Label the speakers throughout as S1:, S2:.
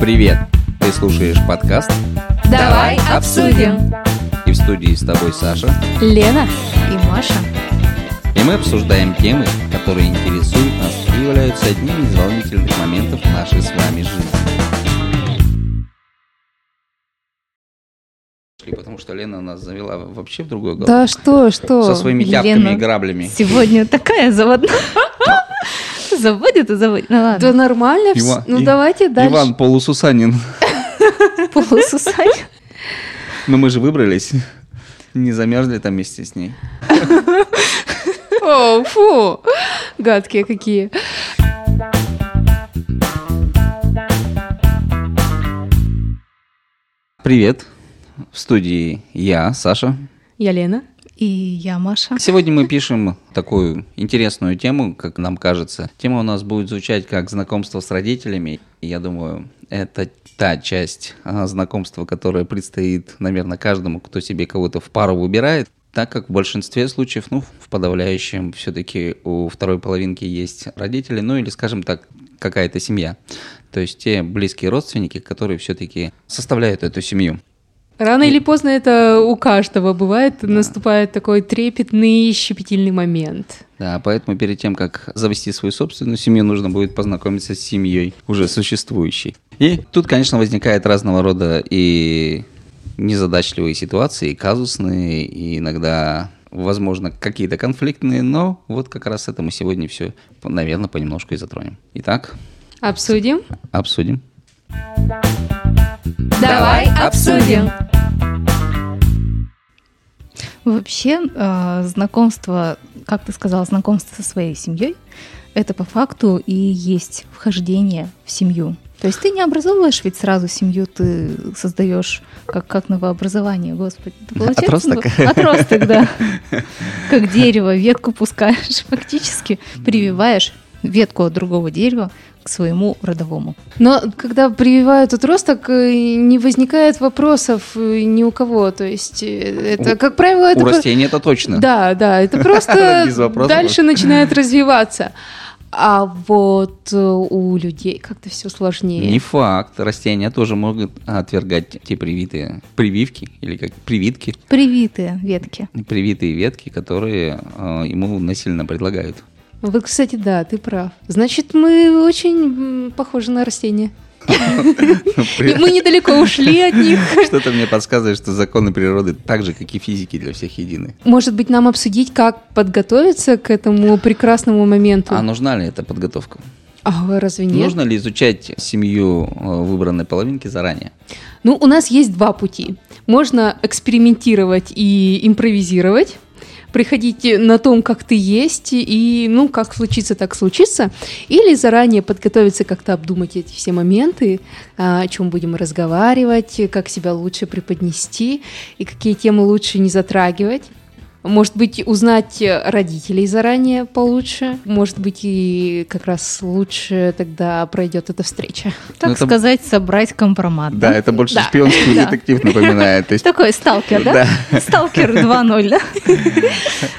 S1: Привет! Ты слушаешь подкаст
S2: Давай обсудим.
S1: И в студии с тобой Саша.
S2: Лена и Маша.
S1: И мы обсуждаем темы, которые интересуют нас и являются одними из волнительных моментов нашей с вами жизни. И Потому что Лена нас завела вообще в другую голову.
S2: Да что, что?
S1: Со своими тяпками и граблями.
S2: Сегодня такая заводная. Заводит и заводит. Ну
S3: Да
S2: ладно.
S3: нормально. вс-
S1: Ива-
S3: Ну
S1: И-
S3: давайте дальше.
S1: Иван Полусусанин.
S2: Полусусань.
S1: Но мы же выбрались. Не замерзли там вместе с ней.
S3: О, фу, гадкие какие.
S1: Привет. В студии я, Саша.
S3: Я Лена.
S2: И я Маша.
S1: Сегодня мы пишем такую интересную тему, как нам кажется. Тема у нас будет звучать как знакомство с родителями. И я думаю, это та часть а, знакомства, которая предстоит, наверное, каждому, кто себе кого-то в пару выбирает. Так как в большинстве случаев, ну, в подавляющем все-таки у второй половинки есть родители, ну или, скажем так, какая-то семья. То есть те близкие родственники, которые все-таки составляют эту семью.
S3: Рано или поздно это у каждого бывает, наступает такой трепетный, щепетильный момент.
S1: Да, поэтому перед тем, как завести свою собственную семью, нужно будет познакомиться с семьей уже существующей. И тут, конечно, возникает разного рода и незадачливые ситуации, и казусные, и иногда, возможно, какие-то конфликтные, но вот как раз это мы сегодня все, наверное, понемножку и затронем. Итак,
S3: Обсудим?
S1: обсудим.
S3: Давай обсудим.
S4: Вообще, э, знакомство, как ты сказала, знакомство со своей семьей, это по факту и есть вхождение в семью. То есть ты не образовываешь ведь сразу семью, ты создаешь как, как новообразование, господи. Это получается ново-
S1: Отросток.
S4: Отросток, да. Как дерево, ветку пускаешь, фактически прививаешь ветку от другого дерева к своему родовому.
S3: Но когда прививают отросток, э, не возникает вопросов э, ни у кого. То есть э, это,
S1: У-
S3: как правило, Ну, это...
S1: У
S3: про-
S1: растений это точно.
S3: Да, да, это просто
S1: Без вопросов.
S3: дальше начинает развиваться. А вот э, у людей как-то все сложнее.
S1: Не факт. Растения тоже могут отвергать те привитые прививки или как привитки.
S4: Привитые ветки.
S1: привитые ветки, которые э, ему насильно предлагают.
S3: Вот, кстати, да, ты прав. Значит, мы очень м, похожи на растения. И мы недалеко ушли от них.
S1: Что-то мне подсказывает, что законы природы так же, как и физики, для всех едины.
S3: Может быть, нам обсудить, как подготовиться к этому прекрасному моменту?
S1: А нужна ли эта подготовка?
S3: А разве нет?
S1: Нужно ли изучать семью э, выбранной половинки заранее?
S3: Ну, у нас есть два пути. Можно экспериментировать и импровизировать, приходить на том, как ты есть, и, ну, как случится, так случится, или заранее подготовиться, как-то обдумать эти все моменты, а, о чем будем разговаривать, как себя лучше преподнести и какие темы лучше не затрагивать. Может быть, узнать родителей заранее получше, может быть, и как раз лучше тогда пройдет эта встреча.
S4: Так
S1: Ну, это-
S4: сказать, собрать компромат.
S1: Да, это больше шпионский детектив напоминает. То есть,
S4: Такой сталкер, да? Сталкер 2.0, да?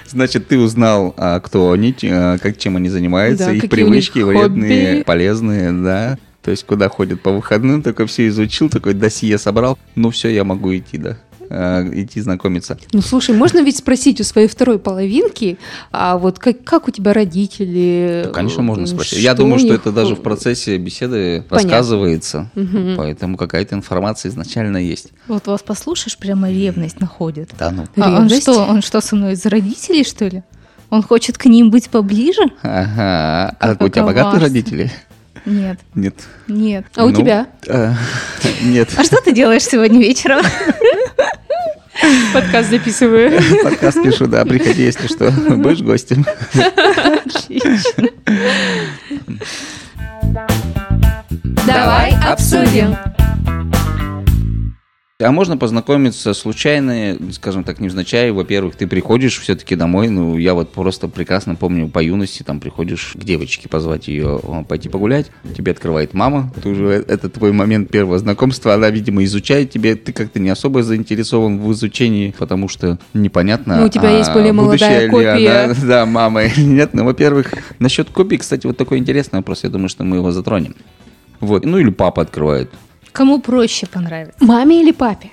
S1: значит, ты узнал, а, кто они, ч- а, как чем они занимаются,
S3: Да,
S1: их
S3: какие у них
S1: привычки, вредные,
S3: хобби.
S1: полезные, да. То есть, куда ходят по выходным, только все изучил, такой досье собрал. Ну все, я могу идти, да. А, Идти знакомиться.
S3: Ну, слушай, можно ведь спросить у своей второй половинки, а вот как, как у тебя родители?
S1: Ну, конечно, можно
S3: э,
S1: спросить. Я
S3: что у
S1: думаю, что
S3: них,
S1: это даже в
S3: э,
S1: процессе беседы
S3: Понятно.
S1: рассказывается.
S3: Мгм.
S1: Поэтому какая-то информация изначально есть.
S4: Вот вас послушаешь, прямо ревность находит.
S1: Да ну.
S4: А он
S3: Ревность?
S4: что, он что, со мной из родителей, что ли? Он хочет к ним быть поближе?
S1: Ага. А
S3: Ну,
S4: Как
S1: у тебя богатые
S4: оказалось.
S1: родители?
S4: Нет,
S1: Нет.
S4: нет.
S3: А у
S1: Ну,
S3: тебя?
S1: э, Нет.
S4: А что ты делаешь сегодня вечером?
S3: Подкаст записываю.
S1: Подкаст пишу, да, приходи, если что. Будешь гостем.
S4: Отлично.
S1: Давай обсудим. А можно познакомиться случайно, скажем так, невзначай. Во-первых, ты приходишь все-таки домой. Ну, я вот просто прекрасно помню по юности, там приходишь к девочке позвать ее о, пойти погулять. Тебе открывает мама. Ты уже, э, это твой момент первого знакомства. Она, видимо, изучает тебе. Ты как-то не особо заинтересован в изучении, потому что непонятно.
S3: Ну, у тебя
S1: а
S3: есть более молодая
S1: будущая ли
S3: копия.
S1: она, да, мама или нет. Ну, во-первых, насчет копий, кстати, вот такой интересный вопрос. Я думаю, что мы его затронем. Вот. Ну или папа открывает.
S4: Кому проще понравится?
S3: Маме или папе?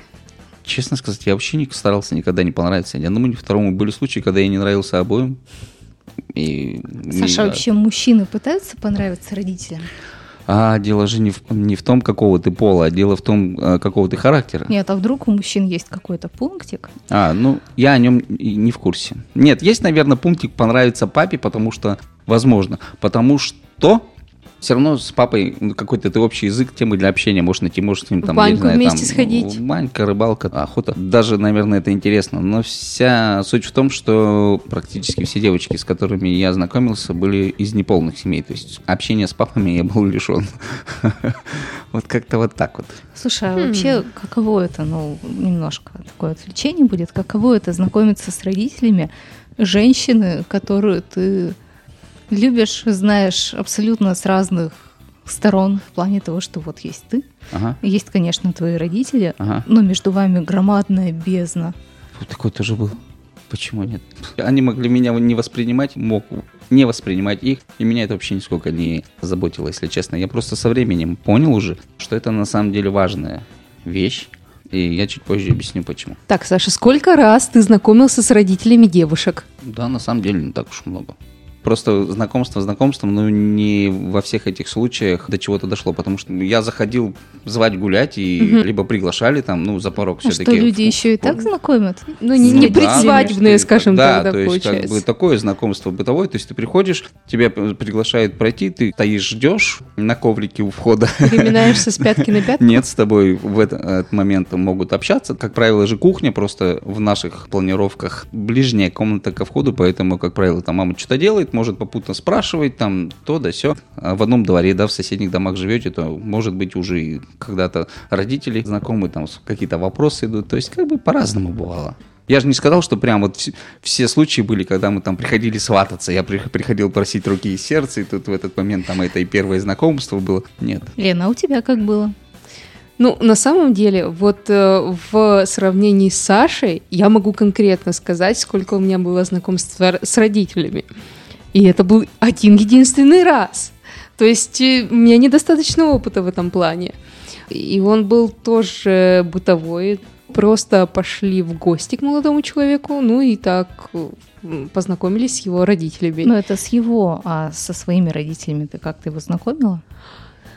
S1: Честно сказать, я вообще не старался никогда не понравиться ни одному, ни второму. Были случаи, когда я не нравился обоим. И
S4: Саша,
S1: и-
S4: вообще мужчины пытаются понравиться родителям?
S1: А дело же не в, не в том, какого ты пола, а дело в том, э, какого ты характера.
S4: Нет, а вдруг у мужчин есть какой-то пунктик?
S1: А, ну, я о нем и не в курсе. Нет, есть, наверное, пунктик понравится папе, потому что, возможно, потому что все равно с папой ну, какой-то ты общий язык, темы для общения можешь найти, можешь с ним там...
S3: В баньку
S1: не знаю,
S3: вместе
S1: там,
S3: сходить.
S1: ну, банька, рыбалка, охота. Даже, наверное, это интересно. Но вся суть в том, что практически все девочки, с которыми я знакомился, были из неполных семей. То есть общения с папами я был лишен. Вот как-то вот так вот.
S4: Слушай, а вообще, каково это, ну, немножко такое отвлечение будет, каково это знакомиться с родителями женщины, которую ты любишь, знаешь абсолютно с разных сторон, в плане того, что вот есть ты,
S1: Ага.
S4: есть, конечно, твои родители,
S1: Ага.
S4: но между вами громадная бездна.
S1: Вот Такой тоже был. Почему нет? Они могли меня не воспринимать, мог не воспринимать их, и меня это вообще нисколько не заботило, если честно. Я просто со временем понял уже, что это на самом деле важная вещь, и я чуть позже объясню почему.
S3: Так, Саша, сколько раз ты знакомился с родителями девушек?
S1: Да, на самом деле не так уж много. Просто знакомство знакомством, но не во всех этих случаях до чего-то дошло, потому что я заходил звать гулять, и либо приглашали там, ну, за порог
S4: А
S1: все-таки.
S4: что, люди еще и так знакомят?
S3: Ну, не, не
S1: Ну, да,
S3: предсвадебные,
S1: конечно,
S3: скажем
S1: да,
S3: так, да,
S1: то есть,
S3: получается.
S1: как бы такое знакомство бытовое, то есть ты приходишь, тебя п- приглашают пройти, ты стоишь, ждешь на коврике у входа.
S3: Переминаешься с пятки на пятку?
S1: Нет, с тобой в это- этот момент могут общаться. Как правило же кухня просто в наших планировках ближняя комната ко входу, поэтому, как правило, там мама что-то делает, может попутно спрашивать, там то да все. В одном дворе, да, в соседних домах живете, то, может быть, уже и когда-то родители знакомы, там с- какие-то вопросы идут. То есть, как бы по-разному бывало. Я же не сказал, что прям вот вс- все случаи были, когда мы там приходили свататься. Я при- приходил просить руки и сердца, и тут в этот момент там это и первое знакомство было. Нет,
S4: Лена, а у тебя как было?
S3: Ну, на самом деле, вот э, в сравнении с Сашей я могу конкретно сказать, сколько у меня было знакомств р- с родителями. И это был один единственный раз. То есть э, у меня недостаточно опыта в этом плане. И он был тоже бытовой. Просто пошли в гости к молодому человеку, ну и так э, м, познакомились с его родителями.
S4: Ну, это с его, а со своими родителями ты как-то его знакомила?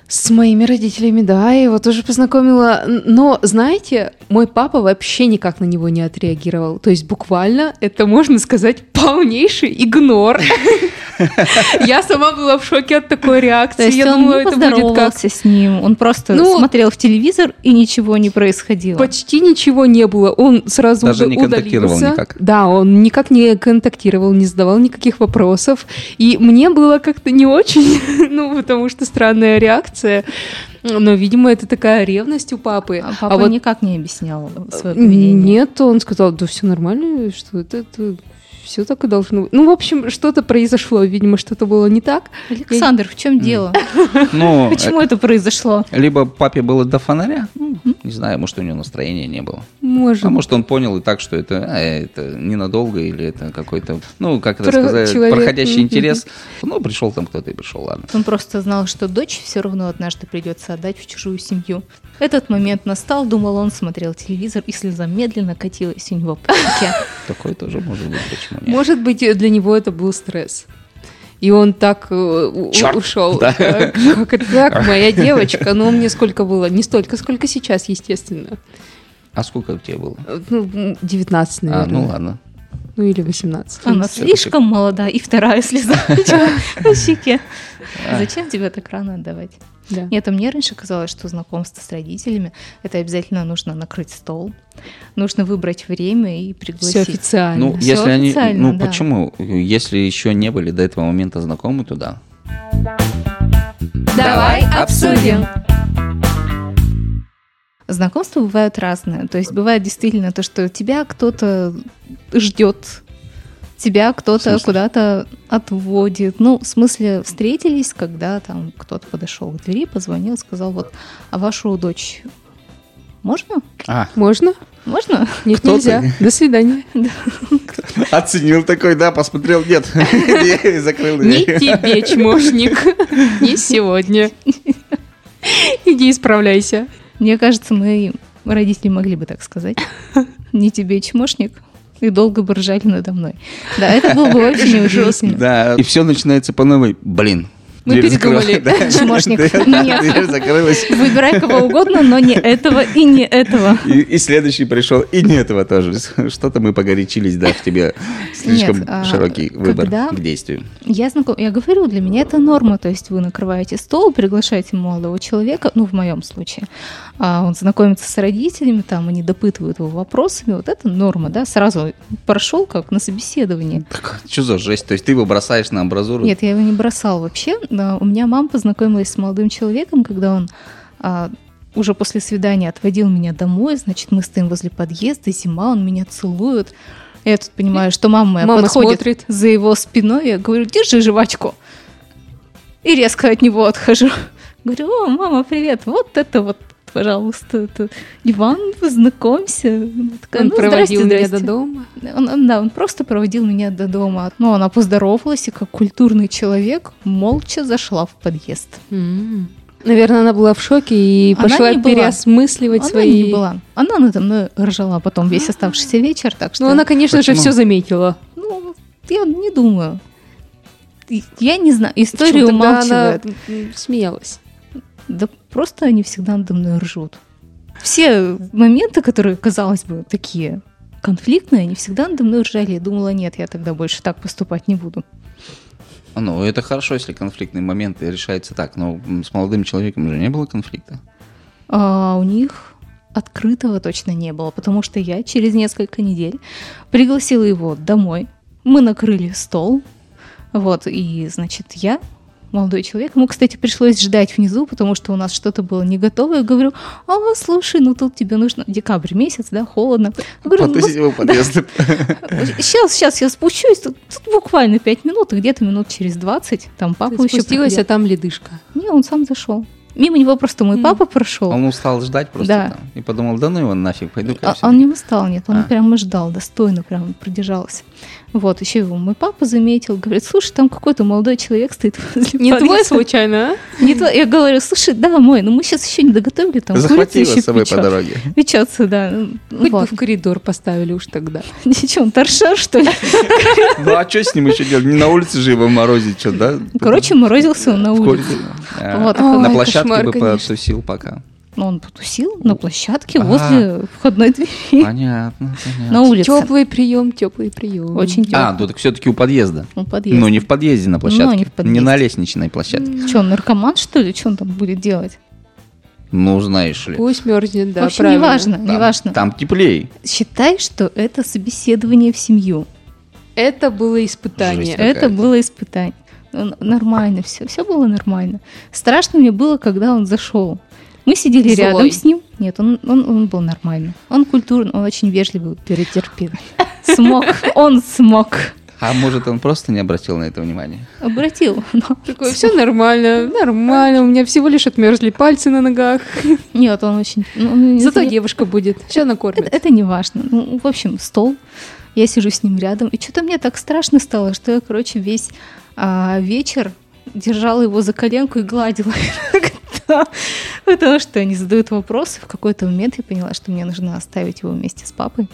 S3: С моими родителями, да, я его тоже познакомила. Н- Но, знаете, мой папа вообще никак на него не отреагировал. То есть буквально это, можно сказать, полнейший игнор. Я сама была в шоке от такой
S4: То
S3: реакции.
S4: есть
S3: Я
S4: он
S3: думала,
S4: не
S3: это будет как...
S4: поздоровался с ним, он просто
S3: Ну,
S4: смотрел в телевизор и ничего не происходило.
S3: Почти ничего не было. Он сразу
S1: Даже
S3: уд-
S1: не контактировал
S3: удалился.
S1: никак.
S3: Да, он никак не контактировал, не задавал никаких вопросов. И мне было как-то не очень, ну, потому что странная реакция. Но, видимо, это такая ревность у папы.
S4: А папа
S3: вот
S4: никак не объяснял свое поведение.
S3: Нет, он сказал, да все нормально, что это, все так и должно быть. Ну, в общем, что-то произошло, видимо, что-то было не так.
S4: Александр, в чем дело?
S1: Ну,
S4: Почему это произошло?
S1: Либо папе было до фонаря, Ну, не знаю, может, у него настроения не было.
S3: Может,
S1: А может, он понял и так, что это, а, это ненадолго или это какой-то, ну, как это
S3: Про-
S1: сказать,
S3: человек,
S1: проходящий
S3: мгм.
S1: интерес. Ну, пришел там кто-то и пришел, ладно.
S4: Он просто знал, что дочь все равно однажды придется отдать в чужую семью. Этот момент настал, думал он, смотрел телевизор, и слеза медленно катилась у него по щеке.
S1: Такое тоже может быть, почему нет.
S3: может быть, э, для него это был стресс. И он так э, у-
S1: Чёрт,
S3: ушел.
S1: да.
S3: Так, Как это так, моя девочка? Ну, мне сколько было? Не столько, сколько сейчас, естественно.
S1: А сколько у тебя было?
S3: Ну, 19,
S1: А,
S3: наверное.
S1: ну ладно.
S3: Ну, или 18.
S4: Она
S1: Всё-таки.
S4: слишком молода, и вторая слеза на щеке. Зачем тебя так рано отдавать?
S3: Да.
S4: Нет, а мне раньше казалось, что знакомство с родителями это обязательно нужно накрыть стол, нужно выбрать время и
S3: Все
S4: пригласить.
S3: А, официально.
S1: Ну,
S4: Всё
S1: если они,
S4: официально,
S1: ну
S4: да.
S1: почему, если еще не были до этого момента знакомы, то да. Давай обсудим.
S4: Знакомства бывают разные. То есть бывает действительно то, что тебя кто-то ждет, тебя кто-то
S1: смысле?
S4: куда-то отводит. Ну, в смысле, встретились, когда там кто-то подошел к двери, позвонил, сказал, вот, а вашу дочь можно?
S1: А,
S3: Можно?
S4: Можно?
S3: Нет,
S1: Кто
S3: нельзя. До свидания.
S1: оценил такой, да, посмотрел, нет, и закрыл
S3: Не тебе, чмошник. Не сегодня. Иди исправляйся.
S4: Мне кажется, мы родители могли бы так сказать. Не тебе чмошник. И долго бы ржали надо мной. Да, это было бы очень неудивительно.
S1: Да, и все начинается по новой. Блин.
S3: Мы
S1: дверь
S3: передумали.
S1: закрылась. Да.
S4: Чмошник.
S1: Да,
S4: Нет.
S1: Дверь закрылась.
S4: Выбирай кого угодно, но не этого и не этого.
S1: И, и следующий пришел, и не этого тоже. Что-то мы погорячились, да, в тебе слишком
S4: Нет, а,
S1: широкий выбор
S4: когда-
S1: к действию.
S4: Я знаком, я говорю, для меня это норма, то есть вы накрываете стол, приглашаете молодого человека, ну в моем случае, а он знакомится с родителями, там они допытывают его вопросами, вот это норма, да, сразу прошел как на собеседовании.
S1: Так, что за жесть? То есть ты его бросаешь на амбразуру?
S4: Нет, я его не бросал вообще. но у меня мама познакомилась с молодым человеком, когда он а, уже после свидания отводил меня домой. Значит, мы стоим возле подъезда, зима, он меня целует. Я тут понимаю, что мама моя
S3: Мама
S4: подходит
S3: смотрит.
S4: за его спиной. Я говорю, держи жвачку. И резко от него отхожу. Говорю, о, мама, привет, вот это вот, пожалуйста, это Иван, познакомься. Она такая,
S3: Он
S4: «Ну, здрасте,
S3: проводил меня
S4: здрасте».
S3: до дома.
S4: Он- он, да, он просто проводил меня до дома. Но она поздоровалась, и как культурный человек молча зашла в подъезд.
S3: Наверное, она была в шоке и
S4: Она
S3: пошла
S4: не была.
S3: переосмысливать
S4: она
S3: свои...
S4: не была. Она надо мной ржала потом весь оставшийся вечер, так что...
S3: А. Ну, она, конечно же,
S1: Почему?
S3: все заметила.
S4: Ну, я не думаю. И- Я не знаю, историю
S3: Почему тогда
S4: умалчивает.
S3: она м, смеялась.
S4: Да просто они всегда надо мной ржут. Все моменты, которые, казалось бы, такие конфликтные, они всегда надо мной ржали. Я думала, нет, я тогда больше так поступать не буду.
S1: Ну, это хорошо, если конфликтный момент решается так. Но м, с молодым человеком же не было конфликта.
S4: А у них открытого точно не было, потому что я через несколько недель пригласила его домой. Мы накрыли стол. Вот, и, значит, я, молодой человек, ему, кстати, пришлось ждать внизу, потому что у нас что-то было не готово. Я говорю, а, слушай, ну тут тебе нужно... Декабрь месяц, да, холодно. Я говорю, ну,
S1: Потусить его подъезд.
S4: сейчас, сейчас я спущусь, тут, тут буквально пять минут, и где-то минут через 20, там папа
S3: Ты
S4: еще...
S3: спустилась, а
S4: приходил.
S3: там ледышка.
S4: Не, он сам зашел. Мимо него просто мой
S3: М.
S4: папа прошел.
S1: Он устал ждать просто
S4: Да.
S1: там. И подумал, да ну его нафиг, пойду
S4: А- он не устал, нет, он
S1: А.
S4: прямо ждал, достойно прям продержался. Вот, еще его мой папа заметил, говорит, слушай, там какой-то молодой человек стоит возле
S3: Не твой
S4: подъезда».
S3: случайно, а?
S4: Не твой. Я говорю, слушай, да, мой, ну мы сейчас еще не доготовили, там курица
S1: Захвати его
S4: еще
S1: с собой по
S4: печёт-
S1: дороге.
S4: печётся, да. Ну,
S3: Хоть бы
S4: вот.
S3: в коридор поставили уж тогда.
S4: Ты чё, он торшер, что ли?
S1: Ну а что с ним еще делать? Не на улице же его морозить, что, да?
S4: Короче, морозился он на
S1: В
S4: улице.
S1: кольце. А,
S4: Вот,
S1: На
S3: ой,
S1: площадке
S3: кошмар,
S1: бы
S3: конечно.
S1: потусил пока.
S4: Но он потусил на площадке
S1: А.
S4: возле входной двери
S1: Понятно,
S4: на
S1: понятно.
S4: улице.
S3: Теплый прием, теплый прием.
S4: Очень
S1: А,
S4: тёпло.
S1: ну так все-таки у подъезда.
S4: Он подъезд. Ну,
S1: Но не в подъезде на площадке.
S4: не в подъезде.
S1: на лестничной площадке.
S4: Чё, он наркоман, что ли? Что он там будет делать?
S1: Ну, знаешь ли.
S3: Пусть мерзнет, да,
S4: Вообще
S3: правильно.
S4: неважно,
S1: Там-
S4: неважно.
S1: Там теплее.
S4: Считай, что это собеседование в семью.
S3: Это было испытание.
S1: Жесть. Какая-то.
S4: Это было испытание. Ну, Нормально все, все было нормально. Страшно мне было, когда он зашел. Мы сидели
S3: Злой.
S4: рядом с ним. Нет, он, он, он был нормально. Он культурный, он очень вежливый, перетерпел. Смог, он смог.
S1: А может, он просто не обратил на это внимания?
S4: Обратил. но-
S3: Такое, все нормально, нормально, у меня всего лишь отмерзли пальцы на ногах.
S4: Нет, он очень... ну, он-
S3: Зато
S4: это не-
S3: девушка будет, все
S4: это,
S3: накормит.
S4: это не важно. Ну, в общем, стол. Я сижу с ним рядом. И что-то мне так страшно стало, что я, короче, весь а, вечер держала его за коленку и гладила. иногда. Потому что они задают вопросы. В какой-то момент я поняла, что мне нужно оставить его вместе с папой.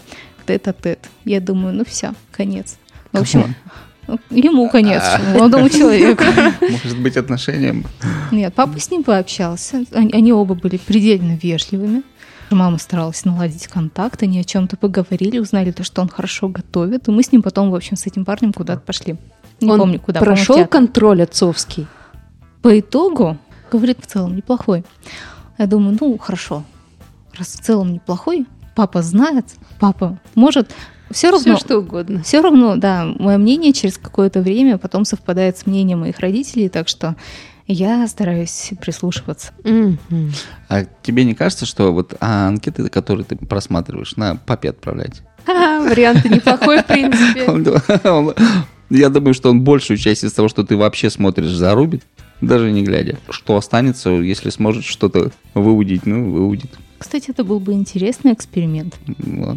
S4: Тет-а-тет. Я думаю, ну все, конец. В общем, ему конец, молодому человеку.
S1: Может быть, отношением?
S4: Нет, папа с ним пообщался. Они, они оба были предельно вежливыми. Мама старалась наладить контакт, они о чем-то поговорили, узнали то, что он хорошо готовит, и мы с ним потом, в общем, с этим парнем куда-то пошли. Не
S3: Он
S4: помню, куда. по-моему, в
S3: Прошел
S4: театр.
S3: контроль отцовский.
S4: По итогу, говорит, в целом неплохой. Я думаю, ну, хорошо. Раз в целом неплохой, папа знает, папа может. Все равно,
S3: Все что угодно.
S4: все равно, да, мое мнение через какое-то время потом совпадает с мнением моих родителей, так что я стараюсь прислушиваться.
S3: Мгм.
S1: А тебе не кажется, что вот а, анкеты, которые ты просматриваешь, на папе отправлять?
S3: Ха, Вариант неплохой, в принципе.
S1: Он- он- Я думаю, что он большую часть из того, что ты вообще смотришь, зарубит, даже не глядя. Что останется, если сможет что-то выудить, ну, выудит.
S4: Кстати, это был бы интересный эксперимент.
S1: Вот.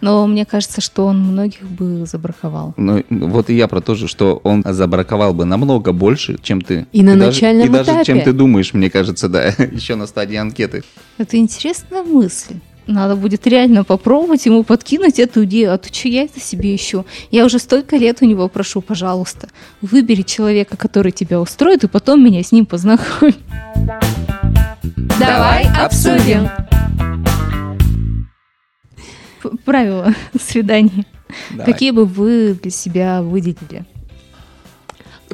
S4: Но мне кажется, что он многих бы забраковал.
S1: Ну, вот и я про то же, что он забраковал бы намного больше, чем ты.
S3: И на
S1: даже-
S3: начальном
S1: И даже,
S3: этапе.
S1: чем ты думаешь, мне кажется, да, еще на стадии анкеты.
S4: Это интересная мысль. Надо будет реально попробовать ему подкинуть эту идею. А то что я это себе ищу? Я уже столько лет у него прошу, пожалуйста, выбери человека, который тебя устроит, и потом меня с ним познакомь.
S1: Давай обсудим.
S4: П- Правила свиданий.
S1: Давай.
S4: Какие бы вы для себя выделили?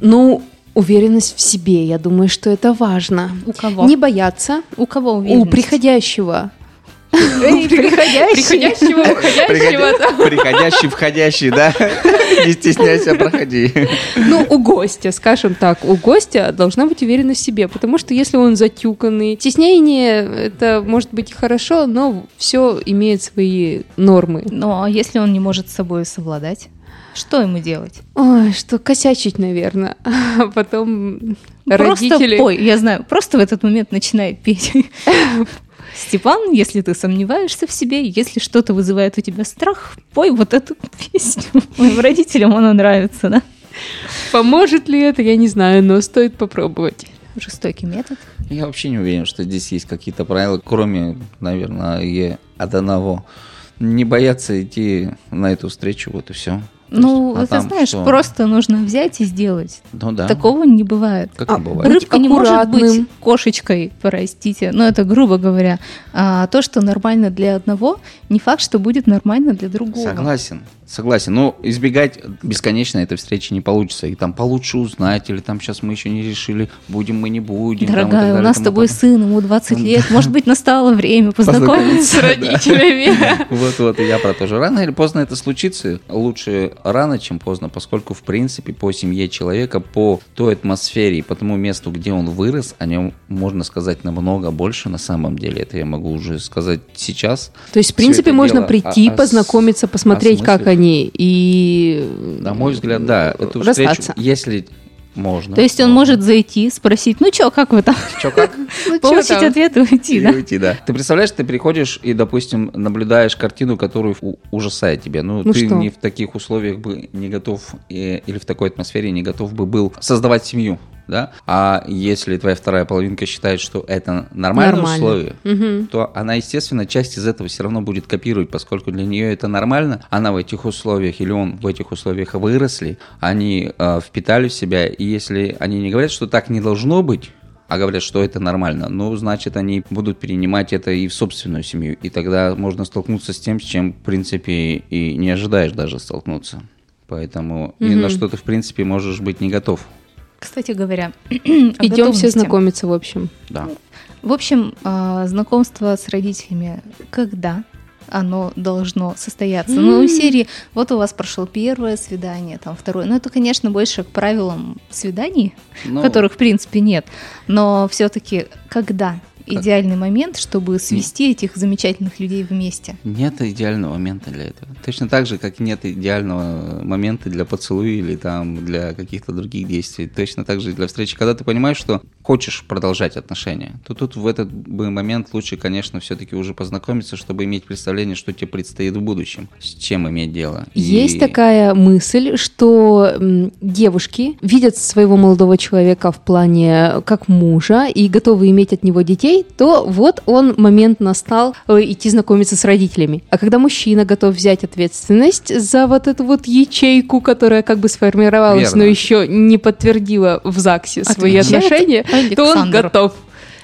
S3: Ну, уверенность в себе, я думаю, что это важно.
S4: У кого?
S3: Не бояться
S4: У кого
S3: у
S4: уверенность?
S3: приходящего.
S4: Эй, приходящий.
S1: Приходя- Приходящий, входящий, да? Не стесняйся, проходи.
S3: Ну, у гостя, скажем так, у гостя должна быть уверенность в себе, потому что если он затюканный, стеснение, это может быть и хорошо, но все имеет свои нормы.
S4: Но если он не может с собой совладать, что ему делать?
S3: Ой, что косячить, наверное, а потом родители...
S4: Просто пой, я знаю, просто в этот момент начинай петь. Степан, если ты сомневаешься в себе, если что-то вызывает у тебя страх, пой вот эту песню. Моим родителям она нравится, да?
S3: Поможет ли это, я не знаю, но стоит попробовать.
S4: Жестокий метод.
S1: Я вообще не уверен, что здесь есть какие-то правила, кроме, наверное, от одного. Не бояться идти на эту встречу, вот и все.
S4: Ну, ты знаешь, просто нужно взять и сделать.
S1: Ну а да.
S4: Такого не бывает.
S1: Как
S3: А,
S1: не бывает.
S3: Быть
S4: Рыбка не может быть
S3: аккуратным.
S4: кошечкой, простите. Но это грубо говоря. А то, что нормально для одного, не факт, что будет нормально для другого.
S1: Согласен, согласен. Но избегать бесконечно этой встречи не получится. И там получше узнать, или там сейчас мы еще не решили, будем мы, не будем. там, и так
S4: Дорогая, у
S1: далее,
S4: нас с
S1: тому
S4: тобой
S1: подобное.
S4: сын, ему 20 лет. Может быть, настало время познакомиться с родителями.
S1: Вот-вот, и я про то же. Рано или поздно это случится. Лучше рано, чем поздно, поскольку, в принципе, по семье человека, по той атмосфере и по тому месту, где он вырос, о нем можно сказать намного больше на самом деле. Это я могу уже сказать сейчас.
S3: То есть, в
S1: Всё
S3: принципе,
S1: это
S3: можно
S1: дело
S3: прийти,
S1: ос-
S3: познакомиться, посмотреть, как
S1: осмыслить.
S3: они, и...
S1: На мой взгляд, да, эту встречу,
S3: расстаться.
S1: если можно.
S4: То есть он может зайти, спросить, ну чё, как вы там?
S1: Чё, как?
S4: Получить
S3: там?
S4: ответ и уйти,
S1: И
S4: да?
S1: уйти, да. Ты представляешь, ты приходишь и, допустим, наблюдаешь картину, которую у- ужасает тебя. Ну,
S3: Ну
S1: ты
S3: что?
S1: не в таких условиях бы не готов э, или в такой атмосфере не готов бы был создавать семью. Да? А если твоя вторая половинка считает, что это нормальные
S3: Нормально.
S1: условия,
S3: Мгм.
S1: то она, естественно, часть из этого все равно будет копировать, поскольку для нее это нормально. Она в этих условиях или он в этих условиях выросли, они э, впитали в себя. И если они не говорят, что так не должно быть, а говорят, что это нормально, ну, значит, они будут перенимать это и в собственную семью. И тогда можно столкнуться с тем, с чем, в принципе, и не ожидаешь даже столкнуться. Поэтому и на что ты, в принципе, можешь быть не готов.
S4: Кстати говоря,
S3: Идем
S4: идем
S3: все знакомиться, в общем.
S1: Да.
S4: В общем, а, знакомство с родителями когда оно должно состояться? Ну, в серии, вот у вас прошло первое свидание, там второе. Ну, это, конечно, больше к правилам свиданий,
S1: Ну,
S4: которых, в принципе, нет. Но все-таки когда идеальный момент, чтобы свести этих замечательных людей вместе?
S1: Нет идеального момента для этого. Точно так же, как нет идеального момента для поцелуя или там для каких-то других действий. Точно так же и для встречи. Когда ты понимаешь, что хочешь продолжать отношения, то тут в этот бы момент лучше, конечно, все-таки уже познакомиться, чтобы иметь представление, что тебе предстоит в будущем, с чем иметь дело. И-
S3: Есть такая мысль, что м, девушки видят своего молодого человека в плане э, как мужа и готовы иметь от него детей, то вот он момент настал э, идти знакомиться с родителями. А когда мужчина готов взять ответственность за вот эту вот ячейку, которая как бы сформировалась,
S1: Верно.
S3: но еще не подтвердила в ЗАГСе свои
S4: Отвечает
S3: отношения, то он
S4: Александр.
S3: готов.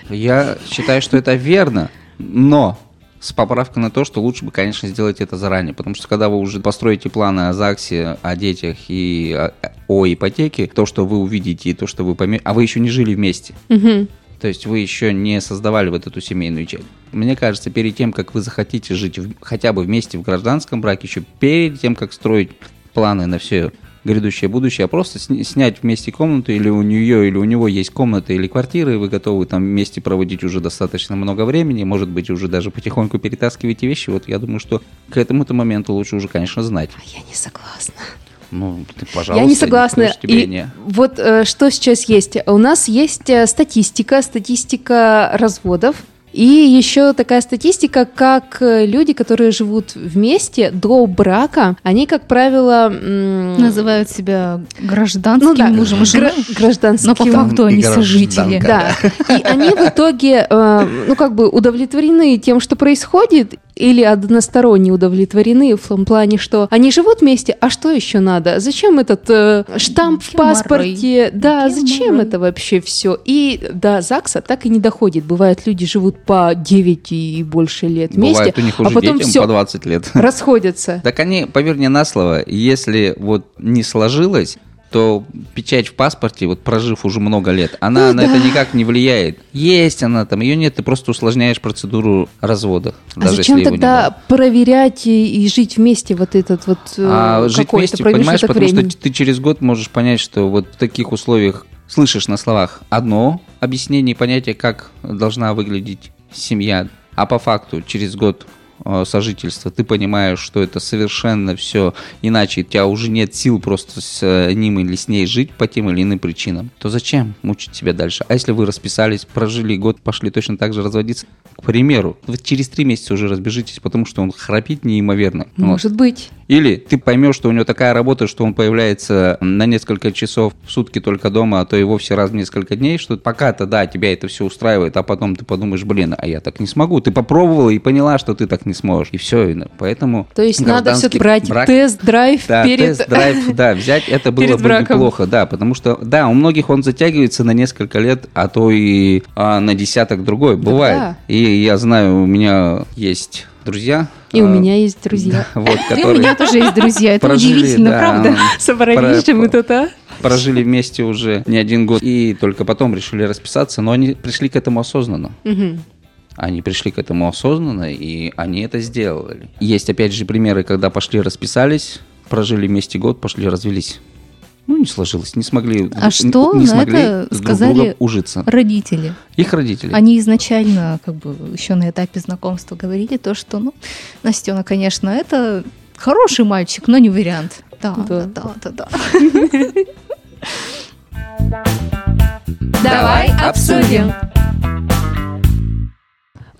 S1: Я считаю, что это верно, но с поправкой на то, что лучше бы, конечно, сделать это заранее, потому что когда вы уже построите планы о ЗАГСе, о детях и о, о ипотеке, то, что вы увидите и то, что вы поймете, а вы еще не жили вместе,
S3: Мгм.
S1: то есть вы еще не создавали вот эту семейную ячейку. Мне кажется, перед тем, как вы захотите жить в- хотя бы вместе в гражданском браке, еще перед тем, как строить планы на все грядущее будущее, а просто сня- снять вместе комнату, или у нее, или у него есть комната или квартира, и вы готовы там вместе проводить уже достаточно много времени, может быть, уже даже потихоньку перетаскиваете вещи, вот я думаю, что к этому-то моменту лучше уже, конечно, знать.
S3: А Я не согласна.
S1: Ну, ты, пожалуйста.
S3: Я не согласна.
S1: никто ж тебе
S3: И
S1: не-
S3: вот э, что сейчас есть? У нас есть э, статистика, статистика разводов. И еще такая статистика, как э, люди, которые живут вместе до брака, они, как правило, м,
S4: Называют себя гражданским
S3: Ну да.
S4: мужем и женой.
S3: гра- гражданским.
S4: Но по факту
S1: Там и
S4: они
S1: гражданка.
S4: сожители.
S1: Да.
S3: Да. И они в итоге, э, ну, как бы удовлетворены тем, что происходит, или односторонне удовлетворены в том плане, что они живут вместе, а что еще надо? Зачем этот э, штамп в
S4: Геморрой.
S3: паспорте? Да, зачем
S4: Геморрой.
S3: это вообще все? И до ЗАГСа так и не доходит. Бывает, люди живут по 9 и больше лет вместе,
S1: Бывает у них
S3: а
S1: уже
S3: потом
S1: детям
S3: все,
S1: по 20 лет.
S3: расходятся.
S1: Так они, поверь мне на слово, если вот не сложилось, то печать в паспорте, вот прожив уже много лет, она
S3: Ну
S1: на это никак не влияет. Есть она там, ее нет, ты просто усложняешь процедуру развода.
S3: А
S1: даже
S3: зачем
S1: если его не было.
S3: тогда проверять и, и жить вместе вот этот вот э,
S1: А жить
S3: какой-то
S1: вместе, понимаешь,
S3: промежуток
S1: потому
S3: времени?
S1: что ты через год можешь понять, что вот в таких условиях слышишь на словах одно объяснение и понятие, как должна выглядеть семья, а по факту через год э, сожительства ты понимаешь, что это совершенно все иначе, и у тебя уже нет сил просто с э, ним или с ней жить по тем или иным причинам, то зачем мучить себя дальше? А если вы расписались, прожили год, пошли точно так же разводиться, к примеру, вы через три месяца уже разбежитесь, потому что он храпит неимоверно. Вот.
S3: Может быть.
S1: Или ты поймешь, что у него такая работа, что он появляется на несколько часов в сутки только дома, а то и вовсе раз в несколько дней, что пока-то, да, тебя это все устраивает, а потом ты подумаешь, блин, а я так не смогу. Ты попробовала и поняла, что ты так не сможешь. И все, поэтому...
S3: То есть надо все
S1: гражданский
S3: брать
S1: брак-
S3: тест-драйв
S1: да,
S3: перед...
S1: тест-драйв, да, взять это было
S3: перед
S1: бы
S3: браком.
S1: неплохо, да, потому что, да, у многих он затягивается на несколько лет, а то и а, на десяток другой, бывает.
S3: да.
S1: И я знаю, у меня есть друзья.
S3: И у
S1: а,
S3: меня есть друзья.
S1: Вот,
S4: И у
S1: которые...
S4: меня тоже есть друзья. Это
S1: Прожили,
S4: удивительно,
S1: да,
S4: правда?
S1: м,
S3: Собрались
S1: Про-
S3: же мы тут, а?
S1: прожили вместе уже не один год и только потом решили расписаться, но они пришли к этому осознанно.
S3: Мгм.
S1: Они пришли к этому осознанно, и они это сделали. Есть, опять же, примеры, когда пошли, расписались, прожили вместе год, пошли, развелись. Ну, не сложилось, не смогли.
S4: А
S1: н-
S4: что
S1: не
S4: на
S1: смогли
S4: это
S1: с друг
S4: сказали
S1: другом ужиться.
S4: Родители.
S1: Их родители.
S4: Они изначально, как бы, еще на этапе знакомства говорили то, что, ну, Настена, конечно, это хороший мальчик, но не вариант. Да, да,
S3: Да.
S4: да, да, да.
S1: Давай обсудим.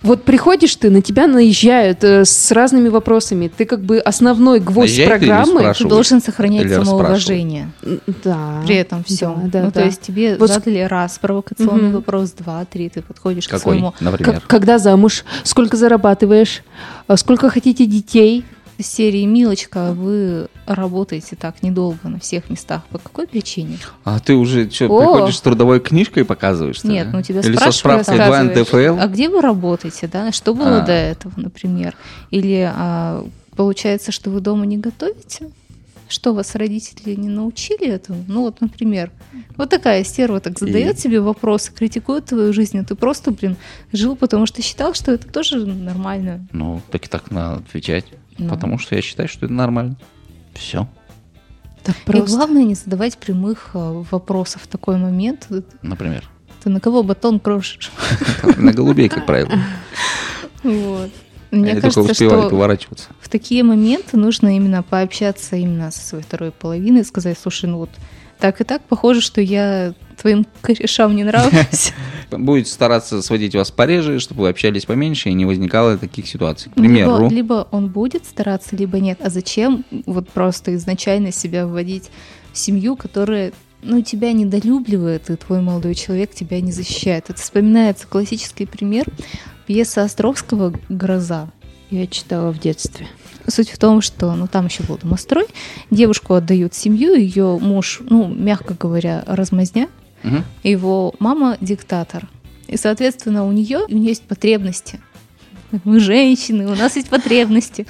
S3: Вот приходишь ты, на тебя наезжают э, с разными вопросами. Ты как бы основной гвоздь
S1: Наезжают или
S3: программы.
S1: спрашивают?
S4: Ты должен сохранять
S1: Или
S4: самоуважение
S3: М, Да.
S4: при этом все.
S3: Да, да,
S4: ну, то
S3: да.
S4: есть тебе
S3: Вот ск-
S4: задали раз провокационный
S3: Мгм.
S4: вопрос, два, три, ты подходишь к
S1: Какой,
S4: своему
S1: например?
S3: Как- когда замуж, сколько зарабатываешь, А сколько хотите детей.
S4: из серии «Милочка, вы работаете так недолго на всех местах. По какой причине?»
S1: А ты уже что,
S3: О!
S1: приходишь с трудовой книжкой и показываешь? что ли?
S4: Нет, ну тебя
S1: Или со
S4: спрашивают,
S1: справкой 2 НДФЛ?
S4: А где вы работаете, да? Что было
S1: Ну. А.
S4: до этого, например? Или а, получается, что вы дома не готовите? Что вас родители не научили этому? Ну вот, например, вот такая стерва так
S1: И?
S4: задает тебе вопросы, критикует твою жизнь, а ты просто, блин, жил, потому что считал, что это тоже нормально.
S1: Ну, так и так надо отвечать.
S4: Ну.
S1: Потому что я считаю, что это нормально. Все.
S4: И главное не задавать прямых а, вопросов в такой момент.
S1: Например.
S4: Ты на кого батон крошишь?
S1: На голубей, как правило.
S4: Вот. Мне
S1: Они только
S4: кажется,
S1: успевали
S4: что
S1: поворачиваться.
S4: в такие моменты нужно именно пообщаться именно со своей второй половиной и сказать, слушай, ну вот так и так похоже, что я твоим корешам не нравлюсь.
S1: Будет стараться сводить вас пореже, чтобы вы общались поменьше и не возникало таких ситуаций. К
S4: Либо,
S1: примеру,
S4: либо он будет стараться, либо нет. А зачем вот просто изначально себя вводить в семью, которая ну, тебя недолюбливает, и твой молодой человек тебя не защищает. Это вспоминается классический пример пьесы Островского «Гроза».
S2: Я читала в детстве.
S4: Суть в том, что, ну, там еще был домострой, девушку отдают в семью, ее муж, ну, мягко говоря, размазня,
S1: Мгм.
S4: его мама диктатор. И, соответственно, у нее, у нее есть потребности. Мы женщины, у нас есть потребности.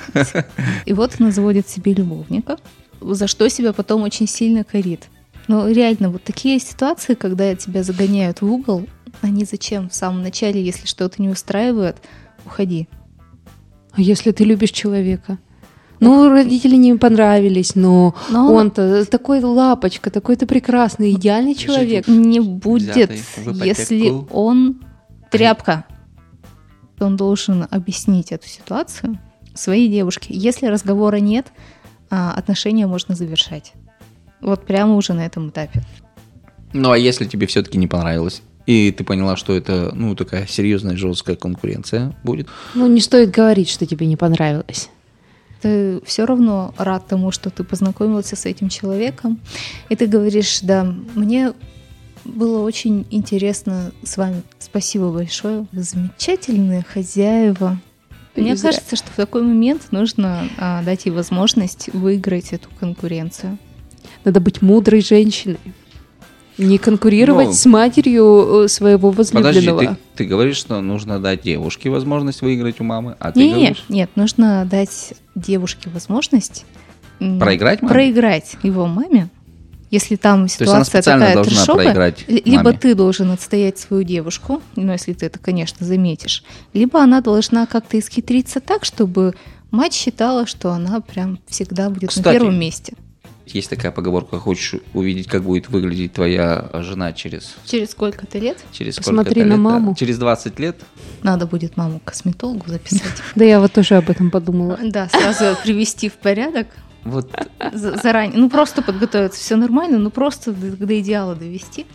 S4: И вот она заводит себе любовника, за что себя потом очень сильно корит. Но реально, вот такие ситуации, когда тебя загоняют в угол, они зачем в самом начале, если что-то не устраивает, уходи.
S3: А если ты любишь человека? Ну, родители не понравились, но
S1: А
S4: Но
S3: он-то такой лапочка, такой ты прекрасный, идеальный человек.
S4: не будет,
S1: взятый в ипотеку.
S4: если он тряпка. Он должен объяснить эту ситуацию своей девушке. Если разговора нет, а, отношения можно завершать. Вот прямо уже на этом этапе.
S1: Ну а если тебе все-таки не понравилось? и ты поняла, что это, ну, такая серьезная жесткая конкуренция будет.
S2: Ну, не стоит говорить, что тебе не понравилось.
S4: Ты все равно рад тому, что ты познакомился с этим человеком. И ты говоришь, да, мне было очень интересно с вами. Спасибо большое. Вы замечательные хозяева. Мне
S3: Не зря.
S4: кажется, что в такой момент нужно а, дать ей возможность выиграть эту конкуренцию.
S3: Надо быть мудрой женщиной. Не конкурировать
S1: Ну,
S3: с матерью э, своего
S1: Подожди,
S3: возлюбленного.
S1: ты, ты говоришь, что нужно дать девушке возможность выиграть у мамы, а ты
S4: Не, не,
S1: говоришь
S4: нет, нужно дать девушке возможность м,
S1: проиграть маме?
S4: проиграть его маме, если там
S1: То есть она
S4: ситуация
S1: специально
S4: такая
S1: должна
S4: трешовая.
S1: проиграть
S4: Л- Либо
S1: маме.
S4: ты должен отстоять свою девушку, ну, если ты это, конечно, заметишь, либо она должна как-то исхитриться так, чтобы мать считала, что она прям всегда будет
S1: Кстати.
S4: на первом месте.
S1: Есть такая поговорка, хочешь увидеть, как будет выглядеть твоя жена через,
S4: Через сколько-то лет
S1: через
S3: Посмотри
S1: сколько-то
S3: на
S1: лет, да?
S3: маму.
S1: Через 20 лет?
S4: надо будет маму к косметологу записать.
S3: Да я вот тоже об этом подумала.
S4: Да, сразу привести в порядок
S1: Вот
S4: за- заранее. Ну, просто подготовиться, все нормально, ну, просто до до идеала довести.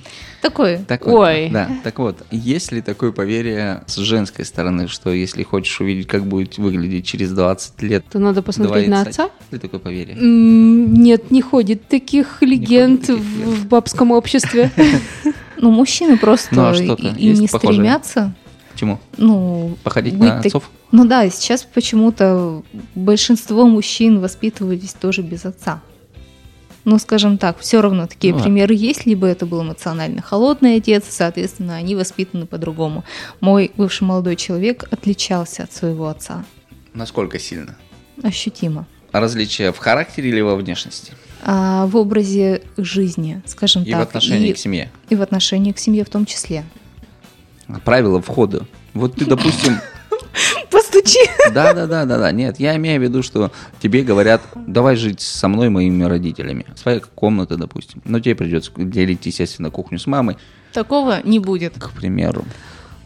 S4: Такое.
S1: Так вот,
S2: Ой.
S1: Да, так вот, есть ли такое поверье с женской стороны, что если хочешь увидеть, как будет выглядеть через 20 лет,
S3: То надо посмотреть
S1: два
S3: на
S1: яйца?
S3: отца.
S1: Есть ли такое поверье?
S3: М, Нет, не ходит таких
S1: Не
S3: легенд
S1: ходит таких
S3: в-
S1: легенд.
S3: в бабском обществе.
S4: Ну, мужчины просто
S1: Ну, а
S4: и,
S1: что-то
S4: и
S1: есть
S4: не
S1: похожее?
S4: стремятся.
S1: Чему?
S4: Ну,
S1: Походить
S4: быть
S1: на
S4: таки-
S1: отцов?
S4: Ну да, сейчас почему-то большинство мужчин воспитывались тоже без отца. Ну, скажем так, все равно такие
S1: Ну да.
S4: примеры есть, либо это был эмоционально холодный отец, соответственно, они воспитаны по-другому. Мой бывший молодой человек отличался от своего отца
S1: Насколько сильно?
S4: ощутимо.
S1: А Различия в характере или во внешности?
S4: А в образе жизни, скажем
S1: И
S4: так,
S1: в отношении
S4: и,
S1: к семье?
S4: и в отношении к семье в том числе.
S1: Правила входа. Вот ты, допустим,
S4: Постучи!
S1: да, да, да, да, да, нет, я имею в виду, что тебе говорят, давай жить со мной и моими родителями, своя комната, допустим, но тебе придется делить, естественно, кухню с мамой,
S4: Такого не будет.
S1: к примеру.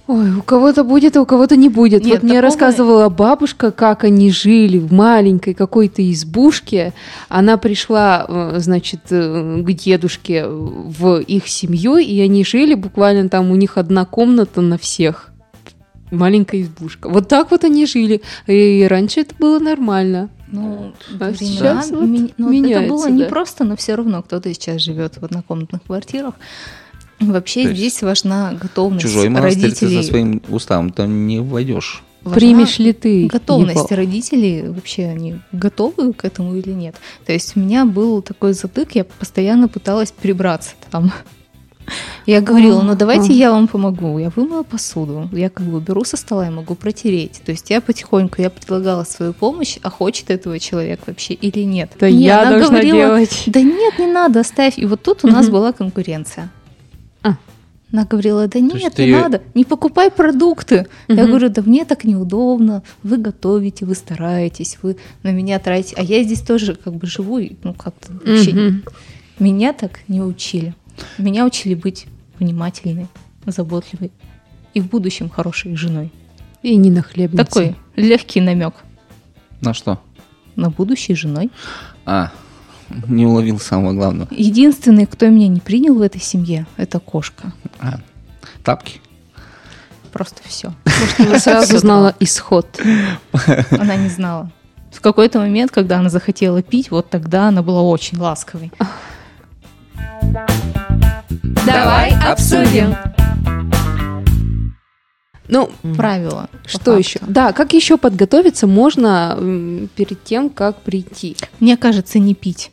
S3: Ой, у кого-то будет, а у кого-то не будет.
S4: Нет,
S3: вот мне
S4: такого-
S3: рассказывала бабушка, как они жили в маленькой какой-то избушке. Она пришла, э, значит, э, к дедушке в их семью, и они жили буквально там у них одна комната на всех. Маленькая избушка. Вот так вот они жили. И раньше это было нормально.
S4: Ну,
S3: А
S4: времена
S3: сейчас вот
S4: ми- ну, это
S3: меняется,
S4: было
S3: да.
S4: непросто, но все равно кто-то сейчас живет в однокомнатных квартирах. Вообще
S1: То есть
S4: здесь важна готовность
S1: Чужой монастырь ты
S4: родителей.
S1: за своим уставом там не войдешь.
S4: важна
S3: Примешь ли ты
S4: Готовность
S3: его?
S4: родителей, вообще они готовы к этому или нет? То есть у меня был такой затык, я постоянно пыталась перебраться там. Я говорила, ну давайте я вам помогу. Я вымыла посуду, я как бы беру со стола и могу протереть. То есть я потихоньку, я предлагала свою помощь, а хочет этого человек вообще или нет.
S3: Это
S4: Не,
S3: я
S4: она
S3: должна
S4: говорила,
S3: делать.
S4: Да нет, не надо, оставь. И вот тут у нас
S3: Мгм.
S4: была конкуренция.
S3: А.
S4: Она говорила, да
S1: есть
S4: нет,
S1: ты
S4: не
S1: её-
S4: надо, не покупай продукты. Я
S3: Мгм.
S4: говорю, да мне так неудобно, вы готовите, вы стараетесь, вы на меня тратите. А я здесь тоже как бы живу, и, ну как-то вообще
S3: Мгм.
S4: меня так не учили. Меня учили быть внимательной, заботливой и в будущем хорошей женой.
S3: И не на хлебнице.
S4: Такой легкий намек
S1: На что?
S4: на будущей женой.
S1: А, не уловил самого главного.
S4: Единственный, кто меня не принял в этой семье, это кошка.
S1: А, тапки.
S4: Просто все.
S3: Я сразу знала исход.
S4: Она не знала. В какой-то момент, когда она захотела пить, вот тогда она была очень ласковой.
S1: Давай обсудим.
S3: Ну,
S4: Правила. по
S3: Что
S4: факту.
S3: еще? Да, как еще подготовиться можно м, перед тем, как прийти?
S4: Мне кажется, не пить.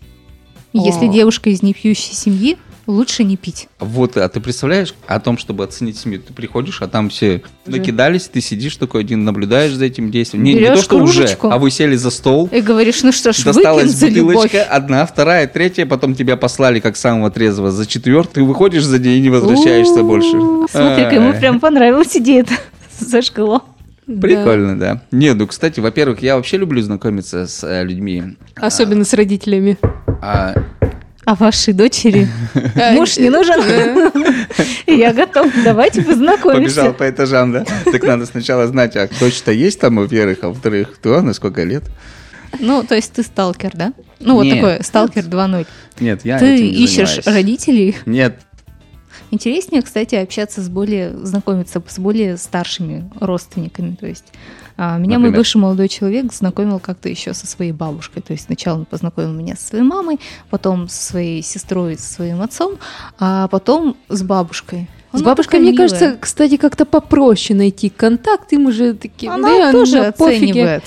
S4: Если
S3: О.
S4: девушка из непьющей семьи, лучше не пить.
S1: Вот, а ты представляешь о том, чтобы оценить семью? Ты приходишь, а там все накидались, ты сидишь такой один, наблюдаешь за этим действием. Не, не то,
S4: Берешь
S1: что уже,
S4: кружечку.
S1: а вы сели за стол,
S4: И говоришь, ну что ж, выкинь
S1: досталась
S4: за любовь.
S1: бутылочка, одна, вторая, третья, потом тебя послали как самого трезвого за четвертый, выходишь за день и не возвращаешься
S4: У-у-у.
S1: больше.
S4: Смотри-ка, ему
S1: Ай.
S4: прям понравилась идея это. Зажгло.
S1: Прикольно, да. Не, ну, кстати, во-первых, я вообще люблю знакомиться с э, людьми.
S3: Да. Особенно с родителями.
S1: А,
S4: А вашей дочери муж не нужен? Я готов, давайте
S1: побежал
S4: познакомимся.
S1: по этажам, да? Так надо сначала знать, а кто что есть там, во-первых, а во-вторых, кто, на сколько лет.
S4: Ну, то есть ты сталкер, да? Ну, вот
S1: Нет.
S4: такое, сталкер 2.0.
S1: Нет, я
S4: Ты
S1: этим не
S4: ищешь
S1: занимаюсь.
S4: родителей,
S1: Нет,
S4: Интереснее, кстати, общаться с более, знакомиться с более старшими родственниками. То есть а, меня мой
S1: Например?
S4: бывший молодой человек знакомил как-то еще со своей бабушкой. То есть сначала он познакомил меня со своей мамой, потом со своей сестрой, со своим отцом, а потом с бабушкой.
S3: С
S4: Она
S3: бабушкой,
S4: такая
S3: мне
S4: ну, милая.
S3: кажется, кстати, как-то попроще найти контакт. Им уже такие,
S4: она
S3: «Да,
S4: тоже
S3: на пофиге».
S4: оценивает.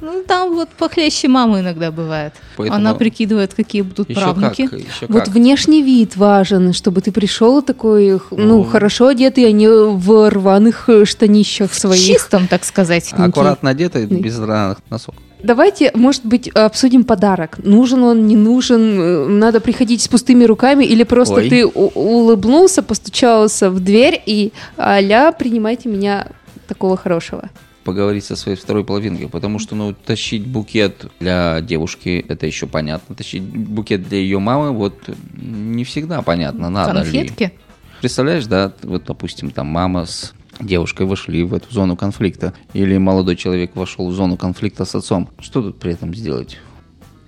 S4: Ну, там вот похлеще мамы иногда бывает.
S1: Поэтому
S4: Она прикидывает, какие будут
S1: еще
S4: правнуки.
S1: как, еще
S3: Вот
S1: как.
S3: внешний вид важен, чтобы ты пришел такой, х- ну,
S1: Ну.
S3: хорошо одетый, а не в рваных э, штанищах
S4: В
S3: своих.
S4: чистом, так сказать,
S1: А
S4: виде.
S1: Аккуратно одетый, без драных носок.
S3: Давайте, может быть, обсудим подарок. Нужен он, не нужен, э, надо приходить с пустыми руками, или просто
S1: Ой.
S3: ты у- улыбнулся, постучался в дверь и а принимайте меня такого хорошего.
S1: Поговорить со своей второй половинкой, потому что, ну, тащить букет для девушки, это еще понятно. Тащить букет для ее мамы, вот не всегда понятно, надо ли.
S4: Конфетки.
S1: Представляешь, да, вот, допустим, там мама с девушкой вошли в эту зону конфликта, или молодой человек вошел в зону конфликта с отцом. Что тут при этом сделать?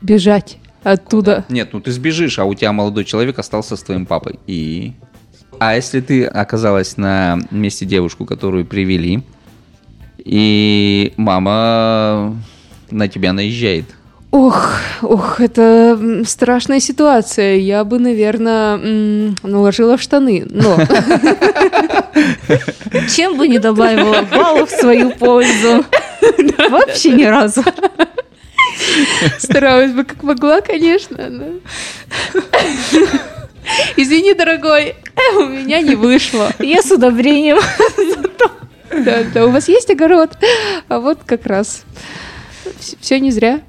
S3: Бежать оттуда.
S1: Нет, ну ты сбежишь, а у тебя молодой человек остался с твоим папой. И... А если ты оказалась на месте девушку, которую привели, и мама на тебя наезжает.
S3: Ох, ох, это м, страшная ситуация. Я бы, наверное, наложила в штаны. Но
S4: Чем бы не добавила баллов в свою пользу. Вообще ни разу.
S3: старалась бы как могла, конечно. но- Извини, дорогой, у меня не вышло.
S4: Я с удобрением.
S3: Да, да, у вас есть огород? А вот как раз. Все не зря.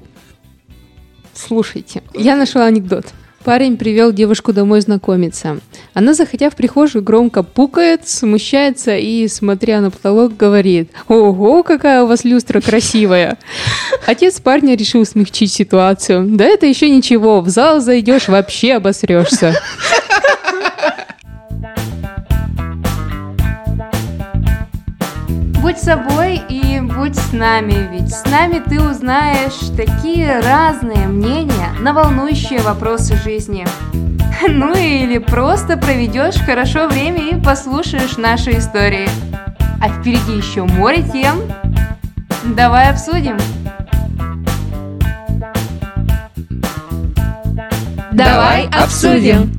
S3: Слушайте, я нашла анекдот. Парень привел девушку домой знакомиться. Она, заходя в прихожую, громко пукает, смущается и, смотря на потолок, говорит «Ого, какая у вас люстра красивая!» Отец парня решил смягчить ситуацию. «Да это еще ничего, в зал зайдешь, вообще обосрешься».
S2: Будь собой и будь с нами, ведь с нами ты узнаешь такие разные мнения на волнующие вопросы жизни. Ну или просто проведешь хорошо время и послушаешь наши истории. А впереди еще море тем. Давай обсудим.
S1: Давай обсудим.